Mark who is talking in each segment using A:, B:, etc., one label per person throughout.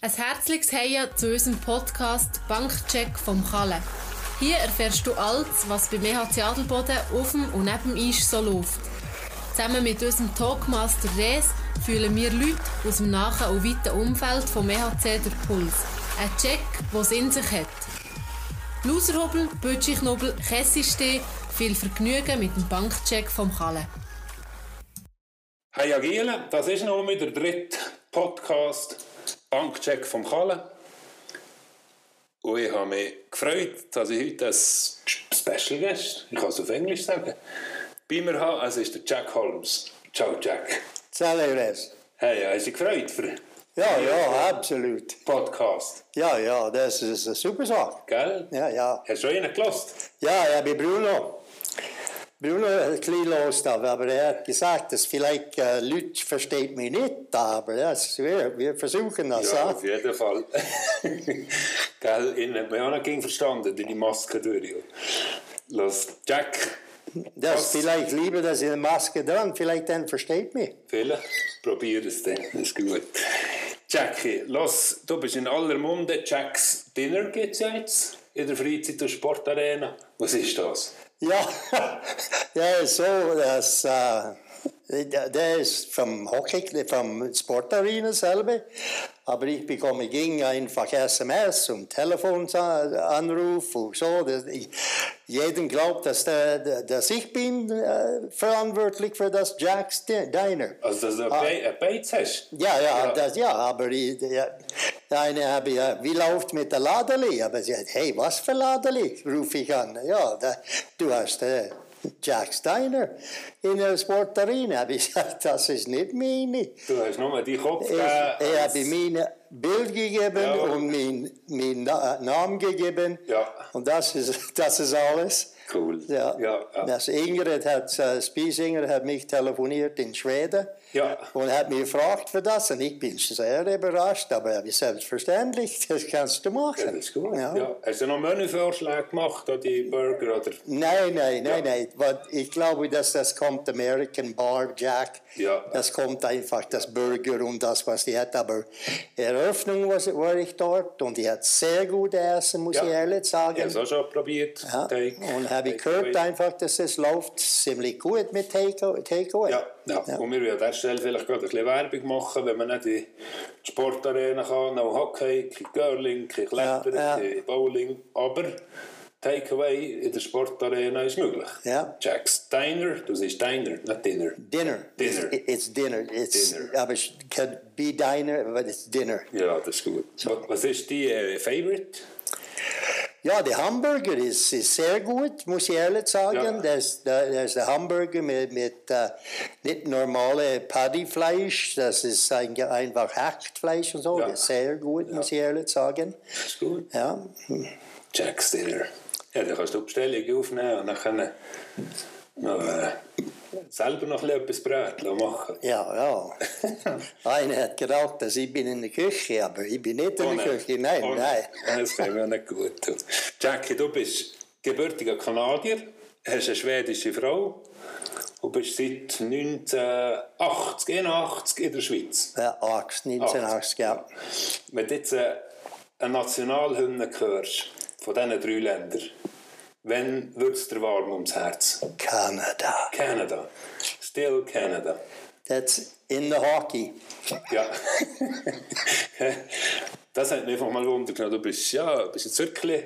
A: Ein herzliches Heia zu unserem Podcast Bankcheck vom Kalle. Hier erfährst du alles, was beim EHC Adelboden auf dem und neben dem Eis so läuft. Zusammen mit unserem Talkmaster Res fühlen wir Leute aus dem nahen und weiten Umfeld vom EHC der Puls. Ein Check, was es in sich hat. Loserhobel, Bötschichnobel, Kessistee, viel Vergnügen mit dem Bankcheck vom Kalle.
B: Hey Agile, das ist noch mit der dritte Podcast Bankcheck vom Kalle. Und ich habe mich gefreut, dass ich heute einen Special Guest, ich kann es auf Englisch sagen, bei mir habe. Es ist der Jack Holmes. Ciao Jack.
C: Sally Rest.
B: Hey, hast du dich gefreut für den
C: Ja, ja, absolut.
B: Podcast?
C: Ja, ja, das ist eine super Sache.
B: Gell?
C: Ja, ja.
B: Hast du einen gelost?
C: Ja, ja, bei Bruno. Bruno hat ein bisschen los, aber er hat gesagt, dass vielleicht äh, Leute versteht mich nicht, aber das, wir, wir versuchen das.
B: Ja,
C: Ja,
B: auf jeden Fall. Gell, ihn hat man auch nicht gegen verstanden, die Maske durch. Los, Jack,
C: das vielleicht lieber, dass ich eine Maske dran, vielleicht dann versteht mich.
B: Fehlen? Probier es dann, das ist gut. Jackie, los, du bist in aller Munde. Jacks Dinner gibt es jetzt in der Freizeit- und Sportarena. Was ist das?
C: Ja, ja, ist so, dass äh, der der ist vom Hockey, vom Sportarena selber, aber ich bekomme ging einfach SMS und Telefonanruf und so. Das- ich- Jeden glaubt, dass, der, der- dass ich bin äh, verantwortlich für das Jack's Di- Diner.
B: Also, dass du ah. ein Beiz hast?
C: Ja, ja,
B: Ja.
C: Das, ja aber ich, der, der eine habe ich, ja, wie läuft mit der Ladeli? Aber sie hat, hey, was für Ladeli? rufe ich an. Ja, da, du hast äh, Jack Steiner in der Sportarena. Habe ich gesagt, das ist nicht meine.
B: Du hast nur deinen Kopf äh,
C: Ich, ich habe
B: gegeben.
C: mein Bild gegeben
B: Ja.
C: und meinen mein Na Namen gegeben.
B: Ja.
C: Und das ist, das ist alles.
B: Cool.
C: Ja.
B: Ja, ja.
C: Das Ingrid hat, äh, Spiesinger hat mich telefoniert in Schweden
B: Ja.
C: und hat mich gefragt für das und ich bin sehr überrascht, aber ja, wie selbstverständlich, das kannst du machen.
B: Ja, das ist gut.
C: Ja.
B: Ja. Hast du noch Menüvorschläge gemacht an die Burger? Oder?
C: Nein, nein, nein,
B: Ja.
C: nein. weil Ich glaube, dass das kommt American Bar Jack.
B: Ja.
C: Das kommt einfach das Burger und das, was die hat. Aber Eröffnung war, war ich dort und die hat sehr gut Essen, muss
B: Ja.
C: ich ehrlich sagen.
B: Ich habe es auch schon probiert.
C: Ja,
B: Take-
C: und habe ich gehört
B: Takeaway.
C: einfach, dass es läuft ziemlich gut mit Take- Takeaway.
B: Ja, ja.
C: Ja.
B: und wir wollen an dieser Stelle vielleicht gerade ein bisschen Werbung machen, wenn man nicht in die Sportarena kann, noch Hockey, kein Curling, kein Klettern,
C: Ja, ja.
B: kein Bowling, aber Takeaway in der Sportarena ist möglich.
C: Ja.
B: Jack Steiner, du siehst Steiner, nicht Dinner.
C: Dinner.
B: Dinner.
C: It's, it's dinner. It's,
B: Dinner.
C: Aber es kann be diner, but it's dinner.
B: Ja, das ist gut. Wa- Was ist dein äh, Favorite?
C: Ja, der Hamburger ist, ist sehr gut, muss ich ehrlich
B: Ja.
C: sagen. Das, da- das ist der Hamburger mit, mit äh, nicht normale Paddyfleisch, das ist ein, einfach Hackfleisch und so.
B: Ja.
C: Das ist sehr gut, muss ich ehrlich sagen.
B: Das ist gut.
C: Ja,
B: Jack Steiner. Ja, dann kannst du die Bestellung aufnehmen und dann können noch, äh, selber noch ein bisschen etwas Brötchen machen.
C: ja, ja. Einer hat gedacht, dass ich bin in der Küche, aber ich bin nicht in der Küche. Nein,
B: Oh
C: nein.
B: Oh Das können wir nicht gut tun. Jackie, du bist gebürtiger Kanadier, hast eine schwedische Frau und bist seit 1980, 81 in der Schweiz.
C: Ja, 80, 1980, ja.
B: Wenn du jetzt äh, eine Nationalhymne hörst von diesen drei Ländern, wann wird es dir warm ums Herz?
C: Kanada.
B: Canada. Still Canada.
C: That's in the hockey.
B: Ja. das hat mich einfach mal wundern Du bist, ja, bist jetzt wirklich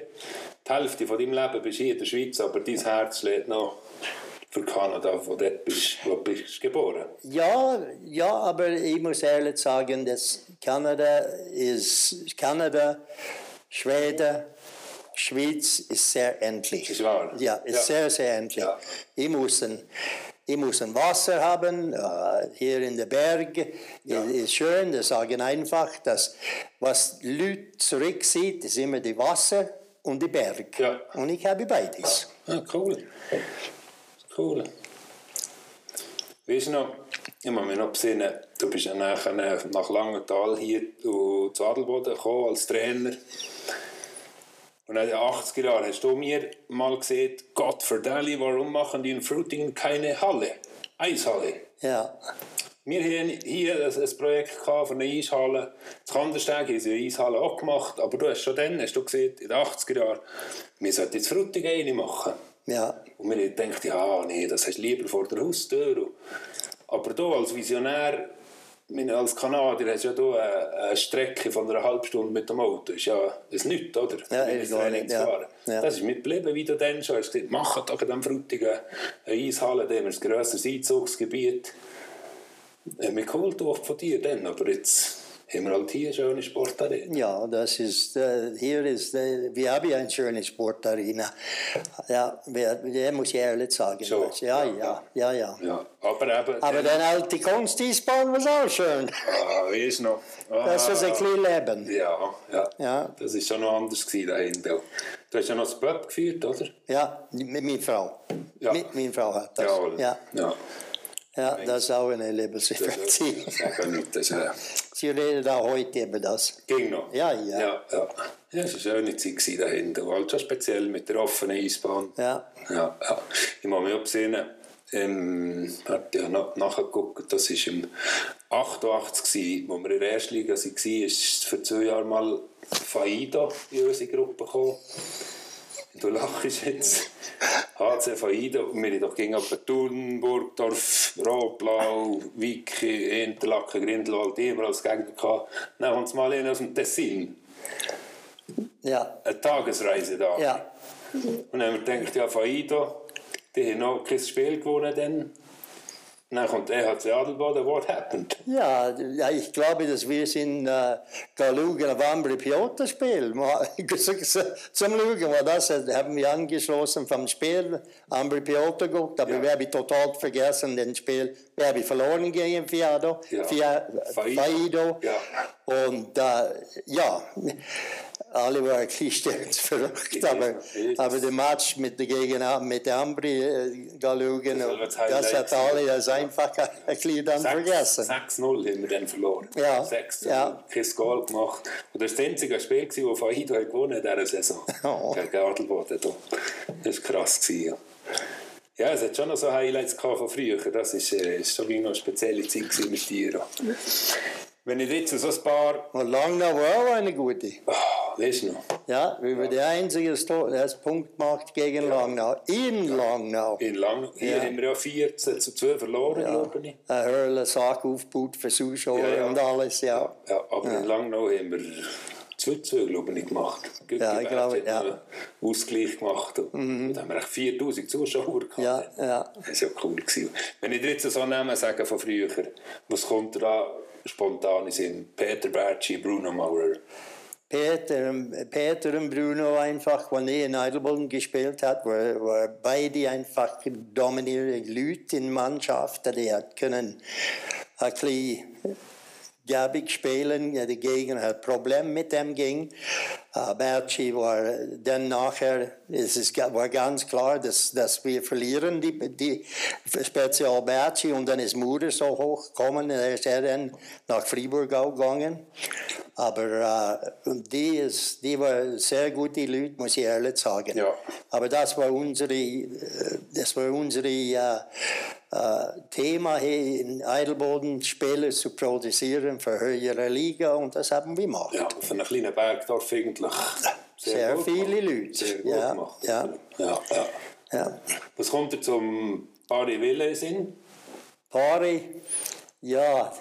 B: die Hälfte von deinem Leben bist hier in der Schweiz, aber dein Herz schlägt noch für Kanada, wo dort bist, wo bist du geboren.
C: Ja, ja, aber ich muss ehrlich sagen, dass Kanada ist Kanada, Schweden, Schweiz ist sehr endlich.
B: Ist wahr.
C: Ja, ist
B: Ja.
C: sehr, sehr endlich.
B: Ja.
C: Ich muss ein, ich muss ein Wasser haben, äh, hier in den Bergen. Ist, ist schön, das sagen einfach, dass was Leute zurücksieht, ist immer die Wasser und die Berge.
B: Ja.
C: Und ich habe beides.
B: Ah, cool. Cool. Weißt du noch, ich muss mich noch besinnen, du bist ja nachher äh, nach Langenthal hier zu zu Adelboden gekommen als Trainer. Und in den 80er Jahren hast du mir mal gesagt, Gott verdeli, warum machen die in Fruiting keine Halle? Eishalle.
C: Ja.
B: Wir haben hier ein, ein Projekt gehabt für eine Eishalle. Das Kandersteg haben sie eine Eishalle auch gemacht. Aber du hast schon dann hast du gesehen, in den 80er Jahren, wir sollten jetzt Frutigen eine machen.
C: Ja,
B: Und wir haben gedacht, ja, nee, das hast du lieber vor der Haustür. Aber du als Visionär, ich meine, als Kanadier, hast ja du eine, eine Strecke von einer halben Stunde mit dem Auto. Das ist ja ein Nichts, oder?
C: Ja,
B: Wenn
C: ist
B: wir Training
C: nicht, ja.
B: zu fahren.
C: Ja.
B: Das ist mitgeblieben, wie du dann schon hast gesagt machen doch in diesem Frutigen eine Eishalle, da haben wir ein grösseres Einzugsgebiet. Hat mich cool gedacht von dir dann, aber jetzt haben wir halt hier eine schöne Sportarena.
C: ja, das ist, äh, hier ist, äh, wir haben ja eine schöne Sportarena. Ja, wer, der muss ich ehrlich sagen.
B: So,
C: Ja,
B: ja,
C: ja, ja, ja.
B: Ja, aber eben...
C: Aber dann halt die Kunsteisbahn was auch schön.
B: Ah, weisst du noch? Ah.
C: Das ist ein bisschen Leben.
B: Ja, ja.
C: Ja.
B: Das war schon noch anders gewesen, da hinten. Du hast ja noch das Pub geführt, oder?
C: Ja, mit meiner Frau.
B: Ja.
C: Mit meiner Frau hat das.
B: Jawohl.
C: Ja,
B: ja.
C: ja, das ist auch eine
B: Das,
C: Lebenseffekt.
B: ist- das ist ja nicht, das ist, äh,
C: Sie redet auch heute über das.
B: ging noch.
C: Ja, ja.
B: Ja, ja. ja es war eine schöne Zeit gewesen, da hinten. Und Halt schon speziell mit der offenen Eisbahn.
C: Ja,
B: Ja, ja. Ich muss mich auch besinnen, ähm, hat ja noch nachgeguckt, das war im 88, gewesen, wo wir in der ersten Liga waren, ist für zwei Jahre mal Faida in unsere Gruppe gekommen. Du lachst jetzt. HC Faida, und wir haben doch gegen etwa Thun, Burgdorf, Rotblau, Wicke, Interlaken, Grindelwald immer als Gegner gehabt. Dann haben wir mal einen aus dem Tessin,
C: ja,
B: eine Tagesreise da.
C: ja.
B: Und dann haben wir gedacht, ja, Faido, die haben noch kein Spiel gewonnen. Dann, Und dann kommt der EHC Adelboden, what happened?
C: Ja, ja, ich glaube, dass wir sind äh, gehen schauen, wann wir Piloten spielen. Mal- Zum Schauen, weil das äh, haben wir angeschlossen vom Spiel, haben wir Piloten geguckt, aber
B: Ja.
C: wir haben total vergessen, den Spiel, wir haben verloren gegen Fiado,
B: Ja.
C: Fia,
B: Faido.
C: Faido.
B: Ja.
C: Und äh, ja, alle waren gestört verrückt,
B: Ja,
C: aber,
B: ja.
C: aber der Match mit der Gegner, mit der Ambri, äh, gehen schauen,
B: war
C: und
B: das
C: das
B: Highlight.
C: hat alle das einfach ein bisschen dann
B: Sechs-
C: vergessen.
B: 6-0 haben wir dann verloren.
C: Ja.
B: 6-0,
C: Ja.
B: kein Goal gemacht. Und das war das einzige Spiel, gewesen, das Faido hat gewonnen in dieser Saison.
C: Oh.
B: Gegen Adelboden. da. Das war krass. Gewesen, ja. Ja, es hat schon noch so Highlights gehabt von früher. Das ist, äh, ist schon noch eine spezielle Zeit gewesen mit dir. ja. Wenn ich jetzt so ein paar...
C: Und Langnau war auch eine gute.
B: Oh, weißt du noch?
C: Ja, wir waren der einzige, Tor- der das Punkt macht gegen Langnau. In Langnau.
B: In Lang hier
C: Ja.
B: haben wir ja 14 zu 2 verloren, glaube ich.
C: Ein Hörler, Sackaufbau für Zuschauer
B: Ja, ja.
C: und alles, ja.
B: Ja, aber in Langnau haben wir 2 zu 2, glaube ich, gemacht. Gut,
C: Ja, ich glaube, ja. Mhm.
B: Ausgleich gemacht. Und da haben wir echt 4000 Zuschauer gehabt.
C: Ja, ja.
B: Das war ja cool. Gewesen. Wenn ich dir jetzt so Namen sage von früher, was kommt da spontan in den Sinn? Peter Bertschi, Bruno Maurer.
C: Peter, und- Peter und Bruno einfach, wenn er in Heidelberg gespielt hat, waren war beide einfach dominierende Leute in der Mannschaft. Die hat können ein bisschen gäbig spielen, der Gegner hat Probleme mit dem ging. Äh, Bertschi war dann nachher, es ist, ga- war ganz klar, dass, dass wir verlieren, die, die speziell Bertschi. Und dann ist Murer so hoch gekommen, dann ist er dann nach Fribourg auch gegangen. Aber äh, und die, ist, die waren sehr gute Leute, muss ich ehrlich sagen.
B: Ja.
C: Aber das war unsere, äh, das war unsere äh, äh, Thema hier in Eidelboden, Spieler zu produzieren für höhere Liga und das haben wir gemacht.
B: Ja, für einen kleinen Bergdorf eigentlich.
C: Sehr
B: gut
C: viele
B: gemacht.
C: Leute.
B: Sehr gut
C: Ja,
B: gemacht.
C: ja.
B: Ja, ja.
C: Ja.
B: Was kommt dir zum Barry Wille in den Sinn?
C: Paare, ja,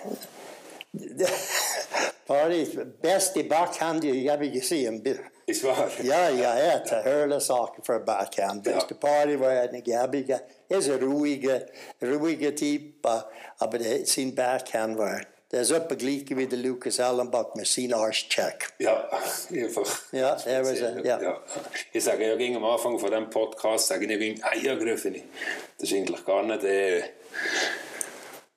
C: Paare, beste Backhand, die habe ich gesehen.
B: Ist wahr.
C: Ja, ja, er hat eine Hörle Sache für Backhand.
B: Ja.
C: Beste Paare war eine gäbige, er ist ein ruhiger, ruhiger Typ, äh, aber der, sein Backhand war, der ist etwa gleich wie der Lukas Allenbach mit seinem Arschcheck.
B: Ja, einfach.
C: Ja, er war ein, ja.
B: Ich sage ja gegen am Anfang von diesem Podcast, sage ich ja gegen Eiergriffe nicht. Das ist eigentlich gar nicht äh,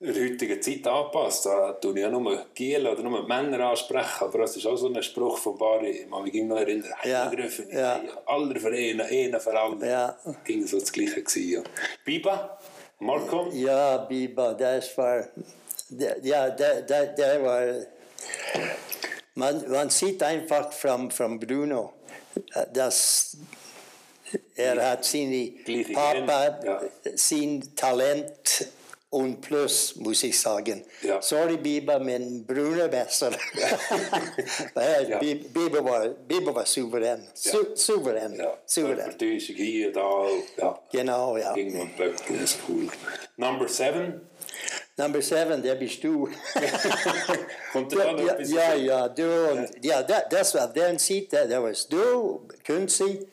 B: der heutigen Zeit angepasst. Da tue ich ja nur Giel oder nur die Männer ansprechen. Aber das ist auch so ein Spruch von Barry, ich kann mich noch erinnern.
C: Ja,
B: Eiergriffe nicht.
C: ja.
B: Aller für einen, einer für alle.
C: Ja.
B: Ging so das Gleiche. Gewesen, ja. Biba, Marco,
C: Ja, Biber, das war. Der, ja, der, der, der war. Man, man sieht einfach von, von Bruno, dass er hat seine
B: Gleiche
C: Papa,
B: Gene, ja.
C: sein Talent und plus, muss ich sagen.
B: Ja.
C: Sorry, Biber, men Bruno är bättre. Nej,
B: Ja.
C: Bi- Biber, var, Biber var suverän. Su, Suverän.
B: Ja,
C: suverän.
B: Übertäuschung hier, da, ja.
C: Genau, ja.
B: Irgendwann bleibt das cool. Number seven.
C: Number seven, det bist du.
B: Kommt da noch
C: ja,
B: etwas?
C: ja, ja, du und, ja, da, das war den Seat, da, da warst du, Künzi,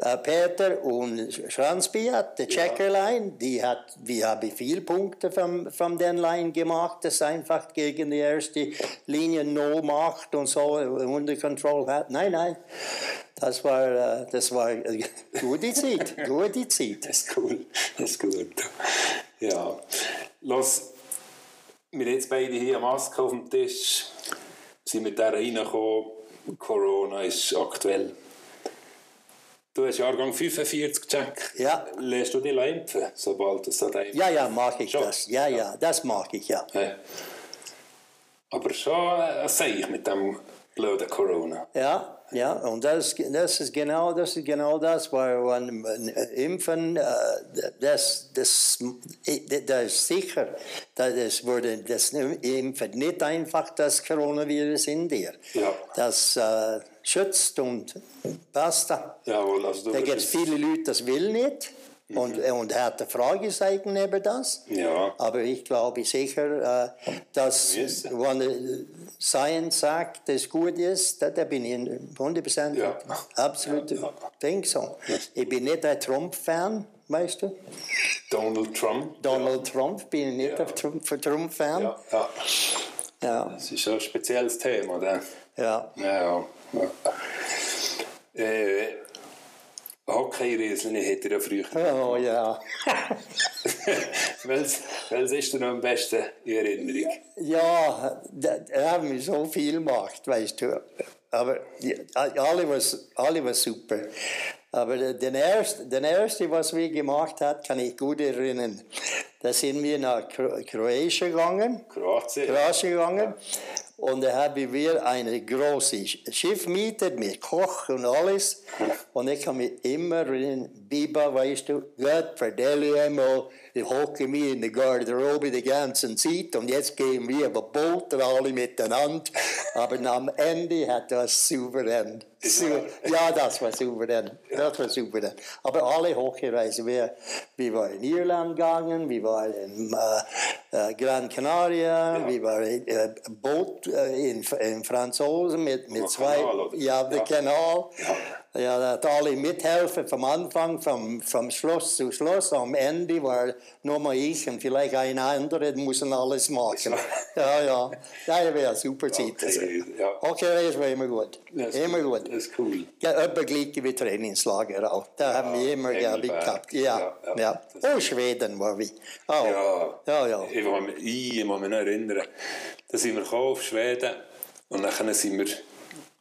C: äh, Peter und Schranzbiat, der Checkerline, die hat, wir haben viele Punkte von, von den Line gemacht, das einfach gegen die erste Linie null macht und so unter Kontrolle hat. Nein, nein, das war, äh, das war äh, gute Zeit, gute Zeit.
B: Das ist cool. Das ist gut. Ja. Los, wir haben jetzt beide hier eine Maske auf dem Tisch. Sind mit der reingekommen. Corona ist aktuell. Du hast Jahrgang 45 gecheckt.
C: Ja.
B: Lässt du dich impfen, sobald es da dein
C: Ja, ja, mag ich
B: Schon.
C: das, ja, ja, das mag ich, ja.
B: Hey. Aber schon äh, ein Seich mit dem blöden Corona.
C: Ja, ja, und das, das, ist genau, das ist genau das, weil man äh, impfen, äh, das, das, das ist sicher, dass es wurde das Impfen nicht einfach das Coronavirus in dir.
B: Ja.
C: Das äh, schützt und basta.
B: Jawohl, also du
C: Da
B: bist
C: gibt es viele Leute, das will nicht und, und hat Fragezeichen über das.
B: Ja.
C: Aber ich glaube sicher, äh, dass
B: Yes.
C: wenn äh, Science sagt, dass es gut ist, da, da bin ich 100%
B: Ja.
C: absolut
B: Ja, ja.
C: denk so. Ich bin nicht ein Trump-Fan, weißt du?
B: Donald Trump.
C: Donald Trump, bin ich nicht
B: Ja.
C: ein Trump- für Trump-Fan.
B: Ja, ja.
C: Ja.
B: Das ist schon ein spezielles Thema, der.
C: Ja.
B: Ja, ja. Äh, Hockey-Riesling hätte ich ja früher.
C: Oh ja.
B: Welches, welches ist dir noch am besten in Erinnerung?
C: Ja, da, da haben wir so viel gemacht, weißt du. Aber die, alle, was, alle was super. Aber der- den ersten, den ersten, was wir gemacht hat, kann ich gut erinnern. Da sind wir nach Kro Kroatien gegangen.
B: Kroatien.
C: Kroatien gegangen. Und da haben wir ein großes Schiff mietet mit Koch und alles. Und ich kann mich immer in Biba, weißt du, Gott, verdelle einmal, ich hocke mich in der Garderobe die ganze Zeit und jetzt gehen wir über Boot und alle miteinander. Aber am Ende hat das souverän.
B: Ist
C: Sou-
B: wahr.
C: ja, das war souverän. Das war souverän. Aber alle Hockeyreisen, wir, wir waren in Irland gegangen, wir waren in äh, äh, Gran Canaria, wir waren in äh, Boot äh, in, in Franzosen mit, mit
B: Am
C: zwei,
B: Kanal, oder?
C: ja, der
B: Ja.
C: Kanal. Ja. da hat alle mithelfen vom Anfang, vom, vom Schloss zu Schloss. Am Ende war nur mal ich und vielleicht ein anderer, die mussten alles machen. Ja, ja. Das wäre eine super Zeit.
B: Okay, ja.
C: Hockeyreisen war immer gut.
B: Das ist
C: also. immer
B: cool.
C: gut.
B: Das ist cool.
C: Ja, etwa gleich wie Trainingslager auch. Da haben wir immer
B: Engelberg.
C: Geld gehabt. Ja,
B: Ja,
C: ja.
B: ja.
C: Und Schweden war wir. Auch.
B: Ja.
C: ja, ja.
B: Ich kann mich, ich kann mich noch erinnern, da sind wir gekommen auf Schweden und dann sind wir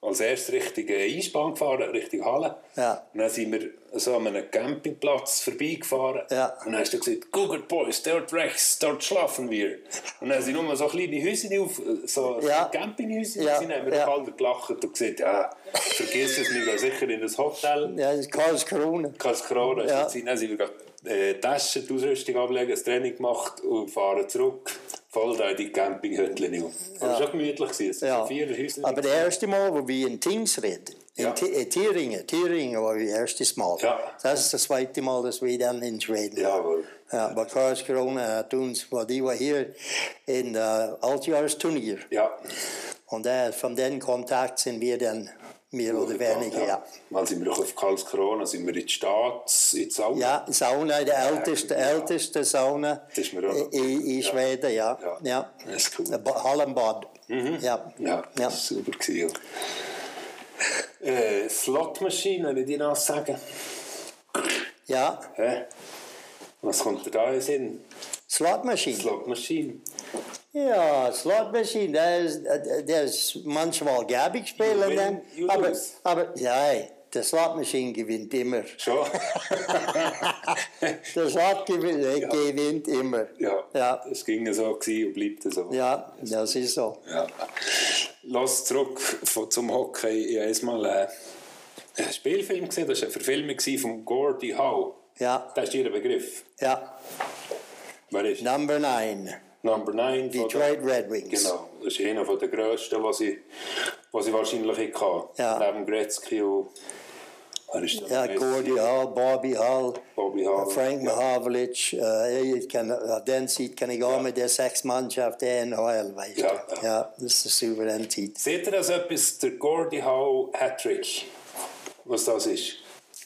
B: als erstes Richtung Eisbahn gefahren, Richtung Halle.
C: Ja.
B: Und dann sind wir so an einem Campingplatz vorbeigefahren
C: Ja.
B: und dann hast du gesagt, Guggert Boys, dort rechts, dort schlafen wir. Und dann sind nur so kleine Häuser auf, so
C: Ja.
B: Campinghäuser,
C: Ja,
B: sind, haben wir
C: ja.
B: kalt gelacht und gesagt, ja, vergiss es, wir gehen sicher in ein Hotel.
C: Ja, das ist Karlskrone.
B: Karlskrona ist
C: Ja.
B: ja. Dann sind wir gerade äh, die Taschen, die Ausrüstung ablegen, das Training gemacht und fahren zurück. Voll da in die Campinghütte auf. Aber es war schon gemütlich. gewesen. Es
C: Ja.
B: waren vier Häuser.
C: Aber das erste Mal, wo wir in Tingsred, in
B: Ja.
C: ja. Thüringen, Thüringen war wir erstes Mal.
B: Ja.
C: Das ist das zweite Mal, dass wir dann in Schweden
B: Jawohl.
C: Ja, aber Karlskrone hat uns, weil die war hier in äh, Altjahresturnier.
B: Ja.
C: Und äh, von den Kontakt sind wir dann mehr oder weniger, ja.
B: Mal sind wir auch auf Karlskrona, sind wir in die Staats, in die Sauna.
C: Ja, Sauna, die älteste,
B: ja.
C: älteste Sauna
B: Das ist mir auch noch-
C: in, in
B: ja.
C: Schweden, ja.
B: Ja. Mhm.
C: ja.
B: Das ist cool.
C: Ein Ba- Hallenbad. Ja.
B: Ja, das
C: Ja.
B: war super. Gewesen. Äh, Slotmaschine, würde ich noch sagen.
C: ja.
B: Hä? Was kommt dir da in den Sinn?
C: Slotmaschine.
B: Slotmaschine.
C: ja, Slotmaschine, da ist, da ist manchmal gäbe ich
B: You
C: spielen, dann,
B: win, you
C: aber,
B: lose.
C: aber nein, die Slotmaschine gewinnt immer.
B: Schon?
C: Der Slot gewinnt, gewinnt immer.
B: Ja,
C: Ja.
B: es ging so gewesen und bleibt so.
C: Ja, das ist so.
B: Ja. Lass zurück von, zum Hockey. Ich habe einmal äh, einen Spielfilm gesehen, das war eine Verfilmung gewesen von Gordie Howe.
C: Ja,
B: Das ist Ihr Begriff.
C: ja.
B: Wer ist
C: Number 9,
B: Number 9?
C: Detroit Red Wings.
B: Genau, das ist einer von der grössten, was ich, was ich wahrscheinlich hatte.
C: Ja.
B: Neben Gretzky und... Wer ist das?
C: Ja,
B: Messi,
C: Gordy Hall, Bobby Hall,
B: Bobby Hall.
C: Frank Mahavlich. Äh, ich kann, auf den Zeit kann ich auch mit der sechs Mannschaft der NHL, weißt du.
B: Ja, ja.
C: Ja. das ist eine souveräne Zeit.
B: Seht ihr das etwas, der Gordie Howe Hattrick? Was das ist?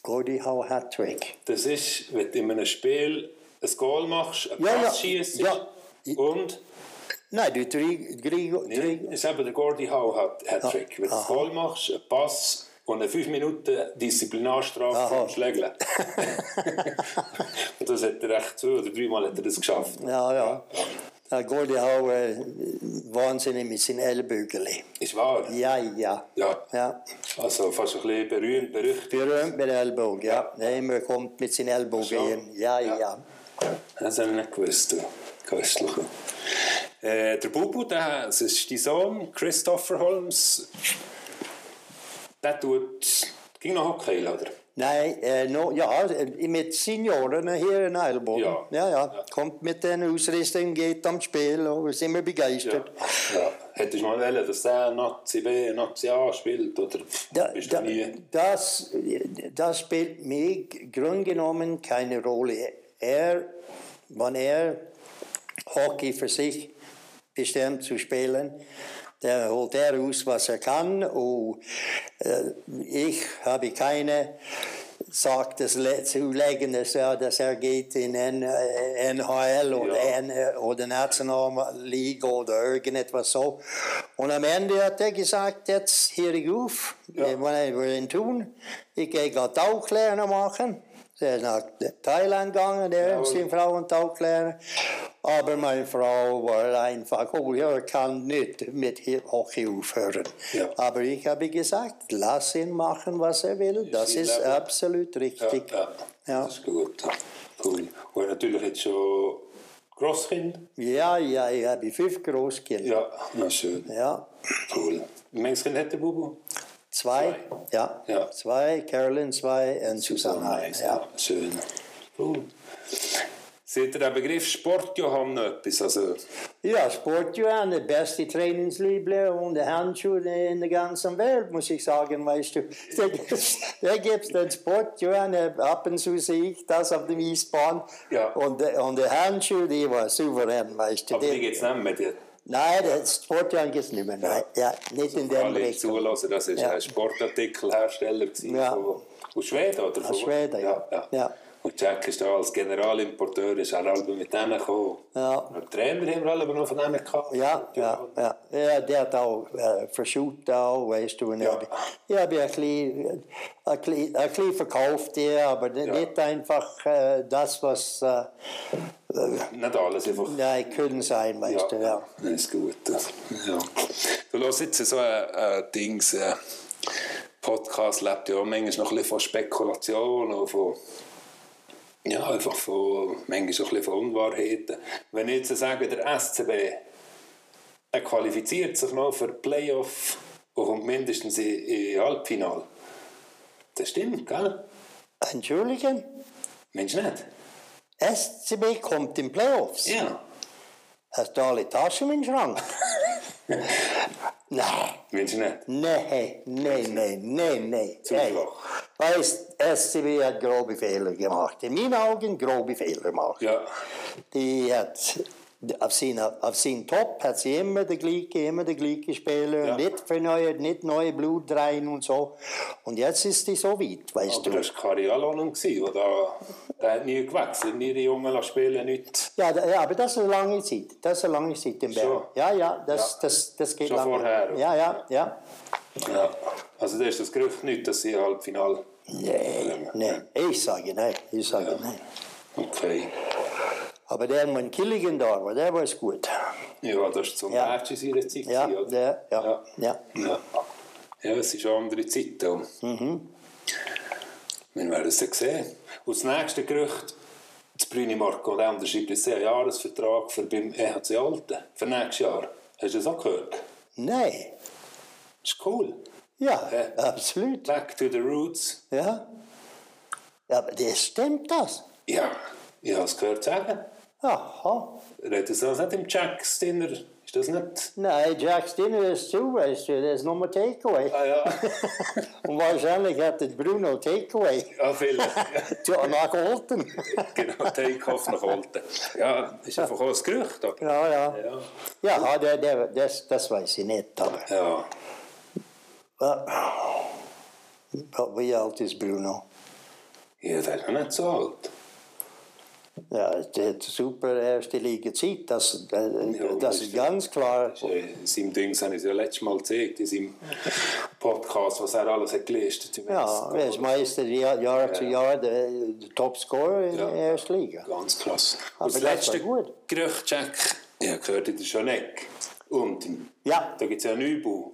C: Gordy Hall Hattrick.
B: Das ist, wenn du in einem Spiel ein Goal machst, einen
C: Ja,
B: Pass
C: ja,
B: schießt
C: ja.
B: und
C: Nein, du Drigo. Drigo.
B: es ist eben der Gordie Howe Hat- Hattrick. Wenn du ein
C: Aha.
B: Goal machst, einen Pass und eine 5 Minuten Disziplinarstrafe
C: Aha.
B: und Schlägeln. und das hat er echt zwei oder dreimal hat er das geschafft.
C: Ja, ja. ja. Gordy Hall äh, wahnsinnig mit seinen Ellbögeln.
B: Ist wahr?
C: Ja, ja.
B: Ja.
C: Ja,
B: Also fast ein bisschen berühmt, berüchtigt.
C: berühmt mit Ellbogen, ja. ja. Immer kommt mit seinen Ellbogen
B: Ach so.
C: hin. Ja,
B: Ja.
C: ja.
B: Das habe ich nicht gewusst, du Köstlicher. Äh, der Bubu, der, das ist dein Sohn, Christopher Holmes, der tut, ging noch Hockey, oder?
C: Nein, äh, no, ja, äh, mit Senioren hier in Ellbogen.
B: Ja.
C: Ja. Ja, Kommt mit den Ausrüstung, geht am Spiel und ist immer
B: Ja.
C: begeistert.
B: ja. Hättest du mal wollen, dass der Nazi B, Nazi A spielt, oder
C: Da,
B: bist
C: da,
B: du nie...
C: das, das spielt mir grund genommen keine Rolle. Er, wenn er Hockey für sich bestimmt zu spielen, der holt er aus, was er kann. Und äh, ich habe keine sagt das le- zu legen, dass er, dass er geht in N, äh, NHL oder,
B: Ja.
C: N, äh, oder Nationalliga oder irgendetwas so. Und am Ende hat er gesagt, jetzt höre ich auf,
B: Ja.
C: wenn ich will ihn tun, ich gehe gerade Tauchlehrer machen. Er ist nach Thailand gegangen, der
B: Jawohl.
C: ist in Frauentauchlehrer. Aber meine Frau war einfach, oh, er kann nicht mit Hockey aufhören.
B: Ja.
C: Aber ich habe gesagt, lass ihn machen, was er will. Das
B: sein
C: ist
B: Leben.
C: absolut
B: Ja,
C: richtig.
B: ja.
C: Ja.
B: das ist gut. Ja. Cool. Und natürlich jetzt schon Grosskind.
C: Ja, ja, ich habe fünf Großkinder.
B: Ja, na schön,
C: Ja.
B: cool. Wie viele Kinder hat der Bubu?
C: Zwei, ja.
B: Ja.
C: Zwei, Carolyn zwei und Susanna. eins, ja.
B: Schön. Cool. Seht ihr den Begriff Sportjohann noch etwas? Also,
C: ja, Sportjohann, der beste Trainingsliebler und der Handschuh in der ganzen Welt, muss ich sagen, weißt du. Da gibt's- Da gibt es den Sportjohann, ab und zu sehe ich das auf dem Eisbahn.
B: Ja.
C: Und, der- und der Handschuh, die war souverän, weißt du.
B: aber
C: Der-
B: die geht es nicht mehr. Die,
C: Nein, das Sportjahr gibt es nicht mehr. Nein. Ja, nicht in dem
B: alle
C: Richtung.
B: zulassen, das ist
C: Ja.
B: ein Sportartikelhersteller gewesen
C: Ja.
B: von, aus Schweden, oder? Von-
C: Schweden, ja. Ja.
B: Und Jack ist da als Generalimporteur, ist er alle mit denen gekommen.
C: Ja.
B: Und Trainer haben wir alle noch von denen gehabt.
C: Ja, ja, ja. ja der hat auch äh, verschult, auch, weißt du. Und
B: Ja.
C: ja. Ich habe ja ein bisschen, ein bisschen, ein bisschen verkauft, ja, aber ni-
B: Ja.
C: nicht einfach äh, das, was äh,
B: Nicht alles einfach.
C: nein, können sein, weißt du. Ja.
B: Das ist gut. das- Ja. Du hörst jetzt so ein, ein Dings. Äh, Podcast lebt ja auch manchmal noch ein bisschen von Spekulation und von. Ja, einfach von. manchmal so ein bisschen von Unwahrheiten. Wenn ich jetzt sage, der SCB er qualifiziert sich noch für die Playoff und kommt mindestens in- in Halbfinale. Das stimmt, gell?
C: Entschuldigen,
B: Mensch nicht?
C: SCB kommt in Playoffs.
B: Ja.
C: Hast du alle Taschen im Schrank? nein.
B: Mensch nicht?
C: Nee, nee, nee, nee, nee.
B: Zu
C: nee.
B: schwach.
C: Weißt, SCB hat grobe Fehler gemacht. In meinen Augen grobe Fehler gemacht.
B: Ja.
C: Die hat auf seinen, auf seinen Top hat sie immer den gleichen, immer den gleichen Spieler,
B: Ja.
C: nicht verneuert, nicht neue Blut rein und so. Und jetzt ist die so weit, weißt
B: Aber
C: du.
B: das war Karialonen, der, da- der hat nie gewechselt, nie die Jungen lassen spielen, nichts.
C: Ja, da- ja, aber das ist eine lange Zeit. Das ist eine lange Zeit in Bern.
B: Schon?
C: Ja, ja, das,
B: Ja.
C: Das, das geht
B: Schon
C: lange.
B: vorher, oder?
C: Ja, ja, ja.
B: Ja. Also da ist das Gerücht nicht, dass sie Halbfinale...
C: Nee, nee. Ich sage nein. Ich sage nein.
B: Okay.
C: Aber der Mann Killigan da war, der war es gut.
B: Ja, das war zum
C: Ja.
B: ja. in ihrer Zeit,
C: Ja,
B: gewesen, oder?
C: der, ja, ja.
B: Ja. ja, es ist eine andere Zeit. Mhm. Wir werden es dann sehen. Und das nächste Gerücht, das Brüni Marco der unterschreibt jetzt einen Jahresvertrag für beim EHC Alten, für nächstes Jahr. Hast du das auch gehört?
C: Nein,
B: Das ist cool.
C: ja,
B: Ja.
C: absolut.
B: Back to the roots.
C: Ja. ja, aber das stimmt das.
B: Ja, ich habe es gehört sagen.
C: Aha.
B: Redest du das also nicht im Jacks Dinner? Ist das nicht?
C: Nein, Jack's Dinner ist zu, weißt du, das ist nur Takeaway.
B: Ah ja,
C: Und wahrscheinlich hat der Bruno Takeaway.
B: ja vielleicht. Ja,
C: Ja, nach Olten.
B: genau, Take-Off nach Olten. Ja, ist einfach auch ein Gerücht. Aber,
C: ja, ja.
B: ja.
C: Ja, der, der, das, das weiß ich nicht. Aber,
B: ja,
C: aber wie alt ist Bruno?
B: ja, der ist noch nicht so alt.
C: Ja, der hat super erste Liga Zeit. Das,
B: Ja,
C: das, das
B: das-
C: ist ganz klar.
B: In seinem Ding habe ich es ja letztes Mal gezeigt, in seinem Podcast, was er alles hat geleistet hat.
C: Ja, er ist Meister Jahr, Jahr zu Jahr der, der Topscorer in der ersten Liga.
B: Ganz klasse.
C: Aber
B: Und das
C: das war
B: letzte
C: gut.
B: Gerücht, Jack, ich habe gehört, in der Schoneck. Und im,
C: Ja,
B: da gibt es ja einen Neubau.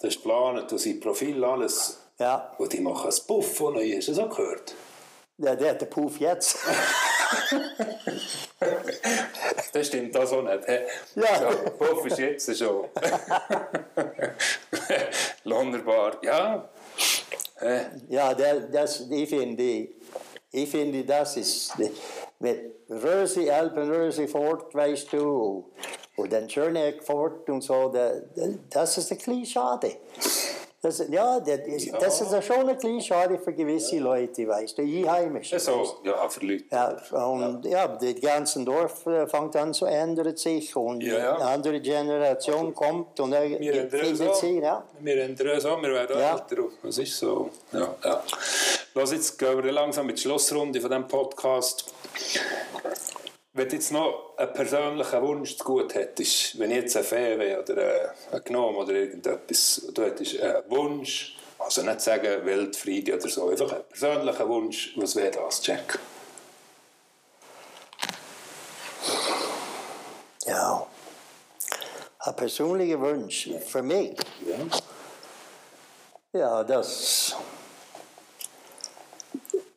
B: Das ist geplant, und sein Profil, alles.
C: ja.
B: Und die machen einen Puff von euch, hast du das auch gehört?
C: Der, der hat den Puff jetzt.
B: Das stimmt das auch nicht. hä?
C: Ja.
B: So, Puff ist jetzt schon. Londerbar, ja. Hä?
C: Ja, der, das, ich finde, ich finde, das ist mit Rösi, Alpenrösi fort, weißt du, und dann Schöneck fort und so, da, da- das ist ein bisschen schade. Das, ja, das, das ist schon ein bisschen schade für gewisse Leute, weißt du, Einheimische.
B: So, ja, für Leute.
C: Ja, und ja, das ganze Dorf äh, fängt an zu ändern sich und
B: Ja, ja.
C: eine andere Generation kommt und er
B: Wir ändern
C: findet
B: uns auch.
C: sie, ja.
B: Wir ändern uns auch. Wir werden auch
C: Ja.
B: älter. Das ist so. Ja, ja. Los, jetzt gehen wir langsam mit die Schlussrunde von diesem Podcast. Wenn du jetzt noch einen persönlichen Wunsch zu gut hättest, wenn ich jetzt eine Fee wäre oder äh, ein Gnom oder irgendetwas, und du hättest einen Wunsch, also nicht sagen Weltfriede oder so, einfach einen persönlichen Wunsch, was wäre das, Jack?
C: Ja. Ein persönlicher Wunsch für mich.
B: Ja.
C: Ja, das.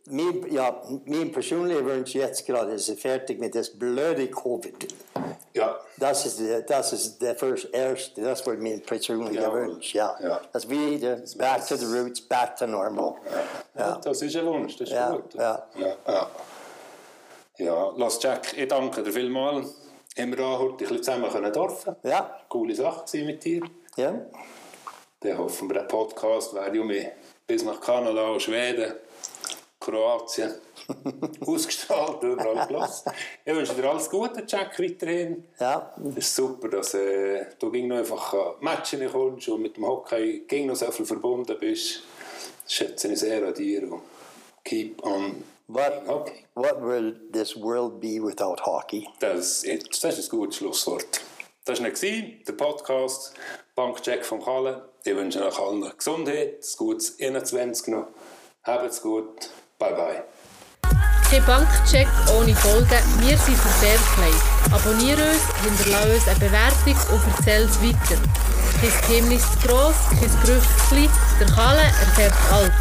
C: Mein, ja, mein persönlicher Wunsch jetzt gerade ist fertig mit das blöde Covid.
B: Ja.
C: Das ist der, das ist der first, erste, das war mein persönlicher
B: Ja.
C: Wunsch, ja.
B: Ja.
C: Das wieder back to the roots, back to normal.
B: Das ist ein Wunsch, das ist
C: Ja,
B: gut.
C: ja.
B: Ja, ja. ja, lass Jack, ich danke dir vielmals. Haben wir auch heute ein bisschen zusammen können dürfen.
C: Ja,
B: Coole Sache gewesen mit dir.
C: ja.
B: Dann hoffen wir, der Podcast wäre ja mehr bis nach Kanada, Schweden, Kroatien ausgestrahlt, überall gelassen. Ich wünsche dir alles Gute, Jack, weiterhin.
C: ja.
B: Es ist super, dass äh, du ging noch einfach an Matchen kommst und mit dem Hockey ging noch so viel verbunden bist. Das schätze ich sehr an dir. Und keep on
C: What,
B: Hockey.
C: what will this world be without hockey?
B: Das, ist- das ist ein gutes Schlusswort. Das war nicht der Podcast Bankcheck vom Kalle. Ich wünsche euch allen Gesundheit, ein gutes 21 noch. Habt's gut. Bye bye.
A: Kein Bankcheck ohne Folgen. Wir sind für sehr klein. Abonniere uns, hinterlasse uns eine Bewertung und erzähl es weiter. Kein Geheimnis zu gross, kein Gerücht zu klein. Der Kalle erfährt alles.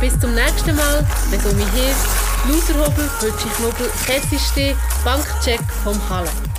A: Bis zum nächsten Mal, wenn es um mich hilft. Loserhobel, Pötschich Knubbel, Käsestee, Bankcheck vom Kalle.